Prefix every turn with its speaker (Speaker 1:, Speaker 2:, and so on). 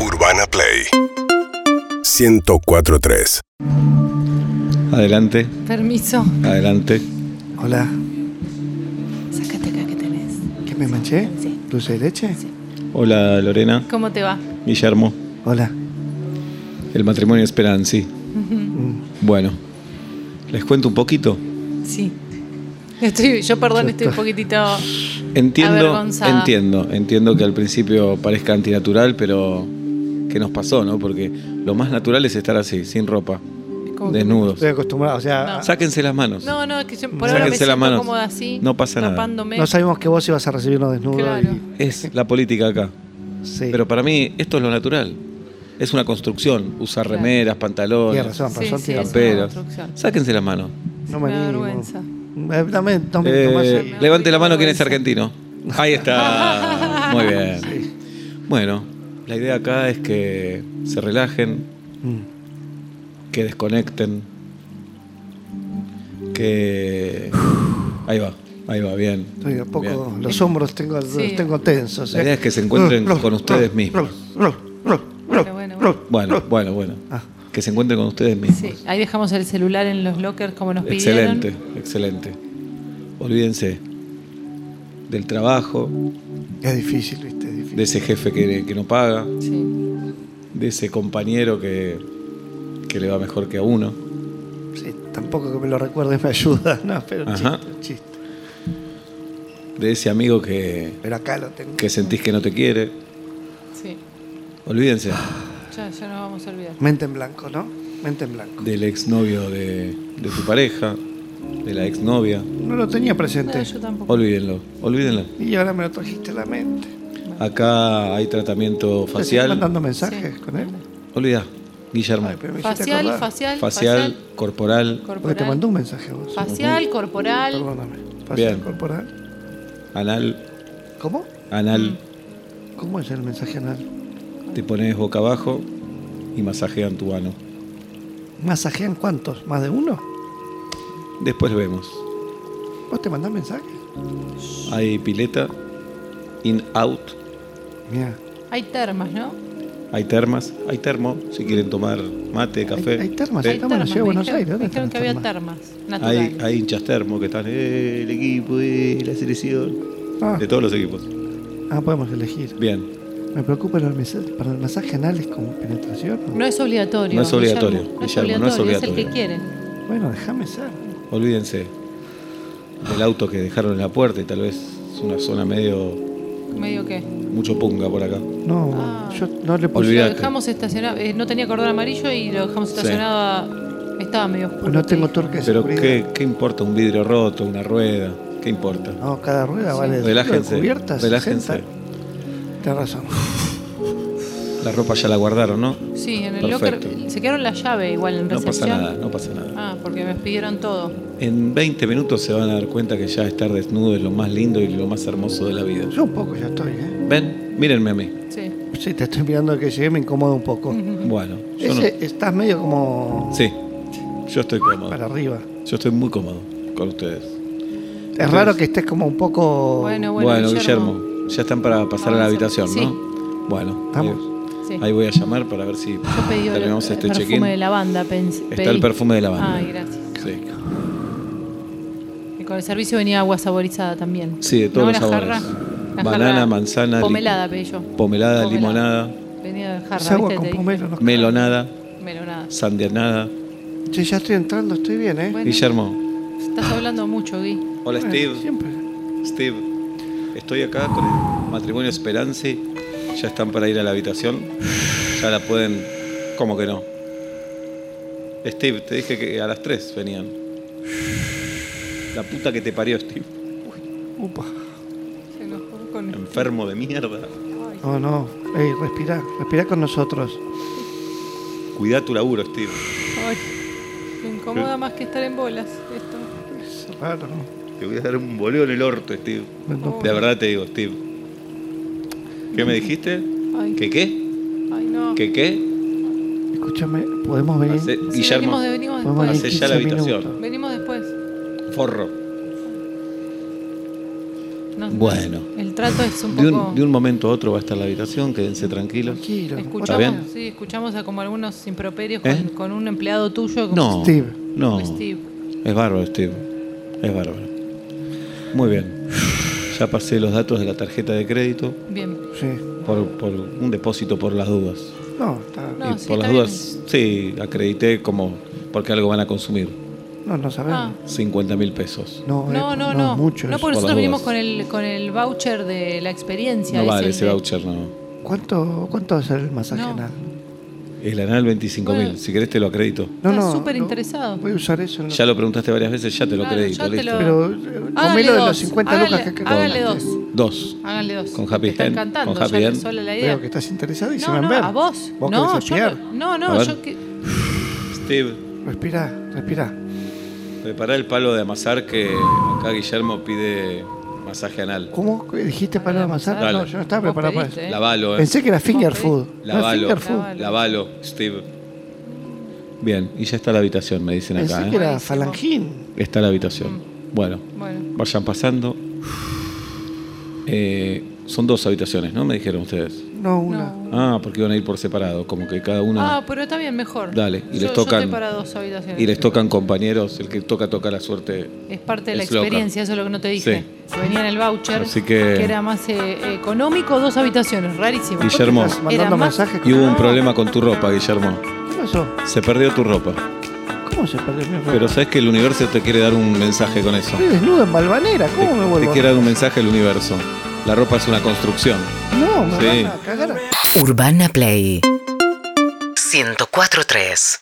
Speaker 1: Urbana Play 1043
Speaker 2: Adelante,
Speaker 3: Permiso.
Speaker 2: adelante.
Speaker 4: Hola,
Speaker 3: Sácate acá que tenés.
Speaker 4: ¿qué me manché?
Speaker 3: Sí.
Speaker 4: ¿Dulce de leche?
Speaker 2: Hola Lorena,
Speaker 3: ¿Cómo te va?
Speaker 2: Guillermo,
Speaker 4: Hola.
Speaker 2: el matrimonio Esperanzi. Bueno, les cuento un poquito.
Speaker 3: Sí. Estoy, yo, perdón, estoy un poquitito.
Speaker 2: Entiendo,
Speaker 3: Avergonzada.
Speaker 2: entiendo, entiendo que al principio parezca antinatural, pero ¿qué nos pasó, no? Porque lo más natural es estar así, sin ropa,
Speaker 3: como que-
Speaker 2: desnudos.
Speaker 4: Estoy acostumbrado, o sea,
Speaker 3: No.
Speaker 2: Sáquense las manos.
Speaker 3: No, no, es que yo por
Speaker 2: Sáquense
Speaker 3: ahora me
Speaker 2: las
Speaker 3: siento
Speaker 2: manos.
Speaker 3: cómoda así.
Speaker 2: No pasa nada.
Speaker 4: no,
Speaker 3: tapándome.
Speaker 4: sabíamos que vos ibas a recibirnos desnudo.
Speaker 3: Claro.
Speaker 4: y-
Speaker 2: Es la política acá.
Speaker 4: sí,
Speaker 2: Pero para mí esto es lo natural. Es una construcción, usar
Speaker 3: Claro.
Speaker 2: remeras,
Speaker 4: tienes
Speaker 2: pantalones,
Speaker 4: razón,
Speaker 3: Sí,
Speaker 4: razón,
Speaker 3: sí, es
Speaker 4: tienes razón.
Speaker 3: una
Speaker 2: camperos.
Speaker 3: construcción.
Speaker 2: Sáquense las manos.
Speaker 4: No me
Speaker 3: Me da
Speaker 4: animo.
Speaker 3: vergüenza.
Speaker 4: Eh, Dame, dame,
Speaker 2: Eh,
Speaker 4: tomás
Speaker 3: me da
Speaker 2: levante la mano
Speaker 3: vergüenza.
Speaker 2: quien es argentino. Ahí está. Muy bien. Bueno, la idea acá es que se relajen,
Speaker 4: Mm.
Speaker 2: que desconecten, que... Ahí va, ahí va, bien.
Speaker 4: Estoy un poco,
Speaker 2: Bien.
Speaker 4: los hombros tengo, los
Speaker 3: Sí.
Speaker 4: tengo tensos.
Speaker 2: La
Speaker 4: eh.
Speaker 2: idea es que se encuentren con ustedes mismos.
Speaker 3: Bueno, bueno, bueno.
Speaker 2: Bueno, bueno, bueno.
Speaker 4: Ah.
Speaker 2: Que se encuentren con ustedes mismos.
Speaker 3: Sí, ahí dejamos el celular en los lockers como nos pidieron.
Speaker 2: Excelente, excelente. Olvídense del trabajo,
Speaker 4: Es difícil, viste, es difícil.
Speaker 2: de ese jefe que, que no paga,
Speaker 3: Sí.
Speaker 2: de ese compañero que, que le va mejor que a uno.
Speaker 4: Sí, tampoco que me lo recuerdes me ayuda, no, pero un
Speaker 2: Ajá.
Speaker 4: chiste, un chiste.
Speaker 2: de ese amigo que,
Speaker 4: Pero acá lo tengo.
Speaker 2: que sentís que no te quiere.
Speaker 3: Sí.
Speaker 2: Olvídense
Speaker 3: Ya, ya nos vamos a olvidar.
Speaker 4: Mente en blanco, ¿no? Mente en blanco.
Speaker 2: del exnovio de, de tu pareja, de la exnovia.
Speaker 4: No lo tenía
Speaker 3: No,
Speaker 4: presente.
Speaker 3: yo tampoco.
Speaker 2: Olvídenlo, olvídenlo.
Speaker 4: Y ahora me lo trajiste a la mente. ¿Te
Speaker 2: Acá hay tratamiento
Speaker 4: siguen
Speaker 2: facial.
Speaker 4: mandando mensajes con él?
Speaker 2: Olvidá, Guillermo.
Speaker 4: Ay, pero me hiciste
Speaker 3: Facial,
Speaker 4: acordar.
Speaker 3: facial,
Speaker 2: Facial, corporal,
Speaker 4: Porque
Speaker 3: corporal.
Speaker 4: te mandó un mensaje a vos.
Speaker 3: Facial, corporal.
Speaker 4: Perdóname. Facial
Speaker 2: Bien.
Speaker 4: corporal.
Speaker 2: anal,
Speaker 4: ¿Cómo?
Speaker 2: anal.
Speaker 4: ¿Cómo es el mensaje anal?
Speaker 2: Te pones boca abajo y masajean tu ano.
Speaker 4: ¿Masajean cuántos? ¿Más de uno?
Speaker 2: Después vemos.
Speaker 4: ¿Vos te mandás mensajes?
Speaker 2: Hay pileta, in, out,
Speaker 4: Mira.
Speaker 3: Hay termas, ¿no?
Speaker 2: hay termas, hay termo, si quieren tomar mate, café.
Speaker 4: Hay- hay termas,
Speaker 2: té.
Speaker 4: hay Estamos en la ciudad de
Speaker 3: me
Speaker 4: Buenos
Speaker 3: dijeron-
Speaker 4: Aires, ¿dónde
Speaker 3: me dijeron que
Speaker 4: están
Speaker 3: había
Speaker 4: las
Speaker 3: termas.
Speaker 2: Hay,
Speaker 3: Naturales.
Speaker 2: hay hinchas termo que están, "Eh, el equipo, eh, la selección.
Speaker 4: Ah,
Speaker 2: De todos los equipos.
Speaker 4: ah, podemos elegir.
Speaker 2: Bien,
Speaker 4: Me preocupa el mensaje, para el masaje anal es como penetración. ¿no?
Speaker 3: No es obligatorio.
Speaker 2: No es obligatorio,
Speaker 3: No es
Speaker 2: Guillermo, no es
Speaker 3: obligatorio, es el
Speaker 2: obligatorio.
Speaker 3: que quieren.
Speaker 4: Bueno, déjame ser.
Speaker 2: olvídense del auto que dejaron en la puerta y tal vez es una zona medio.
Speaker 3: Medio que.
Speaker 2: mucho punga por acá.
Speaker 4: No,
Speaker 3: Ah.
Speaker 4: yo no le puse.
Speaker 2: Olvidate.
Speaker 3: Lo dejamos estacionado. eh, no tenía cordón amarillo y lo dejamos estacionado. Estaba medio oscuro.
Speaker 4: No tengo
Speaker 3: te
Speaker 4: torque de
Speaker 2: Pero
Speaker 4: seguridad.
Speaker 2: ¿qué, qué importa un vidrio roto, una rueda? ¿Qué importa?
Speaker 4: No, cada rueda vale.
Speaker 2: Relájense,
Speaker 4: Cubiertas,
Speaker 2: relájense.
Speaker 4: Tienes razón.
Speaker 2: La ropa ya la guardaron, ¿no?
Speaker 3: dije. Sí, en el
Speaker 2: Perfecto.
Speaker 3: locker. Se quedaron la llave igual en
Speaker 2: No pasa
Speaker 3: recepción.
Speaker 2: nada, no pasa nada.
Speaker 3: Ah, porque me pidieron todo.
Speaker 2: En 20 minutos se van a dar cuenta que ya estar desnudo es lo más lindo y lo más hermoso de la vida.
Speaker 4: Yo un poco ya estoy, ¿eh?
Speaker 2: Ven, mírenme a mí.
Speaker 3: Sí.
Speaker 4: Sí, te estoy mirando que llegué, me incomoda un poco.
Speaker 2: Bueno, yo no.
Speaker 4: Ese, Estás medio como
Speaker 2: Sí, yo estoy cómodo.
Speaker 4: para arriba.
Speaker 2: Yo estoy muy cómodo con ustedes.
Speaker 4: Es raro que estés como un poco.
Speaker 3: Bueno, Ah, bueno,
Speaker 2: Oh. Bueno, Guillermo, ya están para pasar a la habitación, ¿no? Bueno,
Speaker 4: Vamos.
Speaker 2: ahí-
Speaker 3: Sí.
Speaker 2: Ahí, voy a llamar para ver si
Speaker 3: Yo pedí el,
Speaker 2: terminamos
Speaker 3: el
Speaker 2: este check-in.
Speaker 3: perfume de lavanda. pens-
Speaker 2: Está
Speaker 3: pedí. Ah,
Speaker 2: el perfume de lavanda.
Speaker 3: Ay, gracias.
Speaker 2: Sí.
Speaker 3: Y con el servicio venía agua saborizada también.
Speaker 2: Sí, de todos
Speaker 3: ¿No?
Speaker 2: los
Speaker 3: La
Speaker 2: sabores.
Speaker 3: jarra- la
Speaker 2: Banana,
Speaker 3: jarra
Speaker 2: manzana, li-
Speaker 3: Pomelada, pedí yo.
Speaker 2: Pomelada,
Speaker 3: Pomelada.
Speaker 2: limonada,
Speaker 3: Venía de jarra.
Speaker 4: Es agua
Speaker 3: ¿viste?
Speaker 4: con
Speaker 3: Te dije.
Speaker 4: pomelo. ¿no?
Speaker 2: melonada,
Speaker 3: Melonada.
Speaker 2: sandianada.
Speaker 4: Che, ya estoy entrando, estoy bien, ¿eh?
Speaker 3: Bueno,
Speaker 2: Guillermo.
Speaker 3: Estás hablando mucho, Gui.
Speaker 2: Hola,
Speaker 4: Bueno,
Speaker 2: Steve.
Speaker 4: Siempre.
Speaker 2: Steve, estoy acá con el matrimonio Esperanzi. Ya están para ir a la habitación. Ya la pueden. ¿Cómo que no? Steve, te dije que a las 3 venían. La puta que te parió, Steve.
Speaker 4: Upa.
Speaker 3: Se enojó con
Speaker 2: Enfermo de mierda.
Speaker 4: No, no. Ey, respirá, respirá con nosotros.
Speaker 2: Cuidá tu laburo, Steve.
Speaker 3: Ay, me incomoda más que estar en bolas esto.
Speaker 4: Es raro. ¿no?
Speaker 2: Te voy a dar un boleo en el orto, Steve.
Speaker 4: Bueno,
Speaker 3: Oh,
Speaker 2: De verdad te digo, Steve. ¿Qué me dijiste?
Speaker 3: Ay,
Speaker 2: ¿Qué qué?
Speaker 3: ay no.
Speaker 2: ¿Qué qué?
Speaker 4: Escúchame, ¿podemos venir?
Speaker 2: Hacé-
Speaker 3: Sí,
Speaker 2: Guillermo,
Speaker 3: venimos, de- venimos
Speaker 4: ¿Podemos
Speaker 3: después.
Speaker 4: venir
Speaker 2: Hacé ya la
Speaker 4: 15
Speaker 2: habitación.
Speaker 4: minutos?
Speaker 3: Venimos después.
Speaker 2: forro.
Speaker 3: no.
Speaker 2: Bueno.
Speaker 3: El trato es un poco.
Speaker 2: De un, de un momento a otro va a estar la habitación, quédense tranquilos.
Speaker 4: Tranquilo.
Speaker 2: ¿Está bien?
Speaker 3: Escuchamos, sí, escuchamos a como algunos improperios
Speaker 2: ¿Eh?
Speaker 3: con, con un empleado tuyo. como-
Speaker 2: No,
Speaker 4: Steve.
Speaker 2: no.
Speaker 3: como Steve.
Speaker 2: Es bárbaro, Steve. Es bárbaro. Muy bien. Ya pasé los datos de la tarjeta de crédito
Speaker 3: Bien.
Speaker 4: Sí.
Speaker 2: por, por un depósito por las dudas.
Speaker 4: No, está-
Speaker 3: No.
Speaker 2: y
Speaker 3: sí,
Speaker 2: por las
Speaker 3: está bien.
Speaker 2: dudas, sí, acredité como porque algo van a consumir.
Speaker 4: no, no sabemos.
Speaker 3: Ah.
Speaker 2: 50 mil pesos.
Speaker 4: No, eh,
Speaker 3: No, no,
Speaker 4: es
Speaker 3: no.
Speaker 4: mucho
Speaker 3: no,
Speaker 2: Por
Speaker 4: eso.
Speaker 3: porque
Speaker 2: las
Speaker 3: nosotros vinimos
Speaker 2: dudas.
Speaker 3: con el, con el voucher de la experiencia.
Speaker 2: No
Speaker 3: es
Speaker 2: vale
Speaker 3: el
Speaker 2: ese
Speaker 3: de-
Speaker 2: voucher, no.
Speaker 4: ¿Cuánto, ¿Cuánto es el masaje
Speaker 3: No.
Speaker 4: anal?
Speaker 2: El anal 25 mil,
Speaker 3: Bueno.
Speaker 2: si querés te lo acredito.
Speaker 4: No,
Speaker 3: Está
Speaker 4: no.
Speaker 3: súper
Speaker 4: no,
Speaker 3: interesado.
Speaker 4: Voy a usar eso. en lo-
Speaker 2: Ya lo preguntaste varias veces, ya te lo
Speaker 3: Claro,
Speaker 2: acredito,
Speaker 3: ya te
Speaker 2: listo.
Speaker 3: lo-
Speaker 4: Pero eh,
Speaker 3: Hágale
Speaker 4: comelo de los
Speaker 3: dos,
Speaker 4: 50 lucas que
Speaker 3: hágale,
Speaker 4: que
Speaker 3: hágale
Speaker 4: cobraste.
Speaker 3: dos.
Speaker 2: Dos.
Speaker 3: Hágale dos.
Speaker 2: Con Happy
Speaker 3: Te está
Speaker 2: End,
Speaker 3: encantando
Speaker 2: con Happy
Speaker 3: ya
Speaker 2: End.
Speaker 3: sola la idea.
Speaker 4: Veo que estás interesadísimo
Speaker 3: No,
Speaker 4: en
Speaker 3: no,
Speaker 4: ver.
Speaker 3: a vos.
Speaker 4: Vos
Speaker 3: no,
Speaker 4: querés
Speaker 3: yo
Speaker 4: espiar.
Speaker 3: no, no,
Speaker 2: A ver.
Speaker 3: yo que-
Speaker 2: Steve,
Speaker 4: Respirá, respirá.
Speaker 2: prepara el palo de amasar que acá Guillermo pide masaje anal.
Speaker 4: ¿Cómo dijiste palabra amasar?
Speaker 2: Dale.
Speaker 4: No, yo no estaba
Speaker 3: Vos
Speaker 4: preparado para
Speaker 3: pediste,
Speaker 4: eso.
Speaker 3: ¿eh?
Speaker 2: Lavalo, eh.
Speaker 4: Pensé que era finger
Speaker 3: pedís?
Speaker 4: food. No,
Speaker 2: Lavalo,
Speaker 4: finger food.
Speaker 3: Lavalo.
Speaker 2: lavalo, Steve. Bien, y ya está la habitación, me dicen acá.
Speaker 4: Pensé
Speaker 2: ¿eh?
Speaker 4: que era
Speaker 3: Buenísimo.
Speaker 4: falanjín.
Speaker 2: Está la habitación. Bueno,
Speaker 3: Bueno,
Speaker 2: vayan pasando. Eh, son dos habitaciones, ¿no? Me dijeron ustedes.
Speaker 4: No, una.
Speaker 3: no.
Speaker 2: Ah, porque iban a ir por separado, como que cada una...
Speaker 3: Ah, pero está bien, mejor.
Speaker 2: Dale, y les
Speaker 3: Yo- yo
Speaker 2: tocan-
Speaker 3: estoy para dos habitaciones.
Speaker 2: Y les tocan compañeros, el que toca, toca la suerte.
Speaker 3: Es parte de la
Speaker 2: Es loca.
Speaker 3: experiencia, eso es lo que no te dije. Que Venía en el voucher,
Speaker 2: Así que-
Speaker 3: era más eh, económico, dos habitaciones, rarísimo.
Speaker 2: Guillermo,
Speaker 4: Estás mandando
Speaker 3: Era más-
Speaker 4: mensajes.
Speaker 2: y
Speaker 4: con-
Speaker 2: hubo un problema con tu ropa, Guillermo.
Speaker 4: ¿Qué pasó?
Speaker 2: Se perdió tu ropa.
Speaker 4: ¿Cómo se perdió mi ropa?
Speaker 2: Pero sabes que el universo te quiere dar un mensaje con eso.
Speaker 4: Estoy desnudo en Balvanera. ¿Cómo me
Speaker 2: Te
Speaker 4: vuelvo?
Speaker 2: quiere dar un mensaje el universo. La ropa es una construcción.
Speaker 4: No, me
Speaker 2: Sí.
Speaker 4: van a cagar. a-
Speaker 1: Urbana Play 1043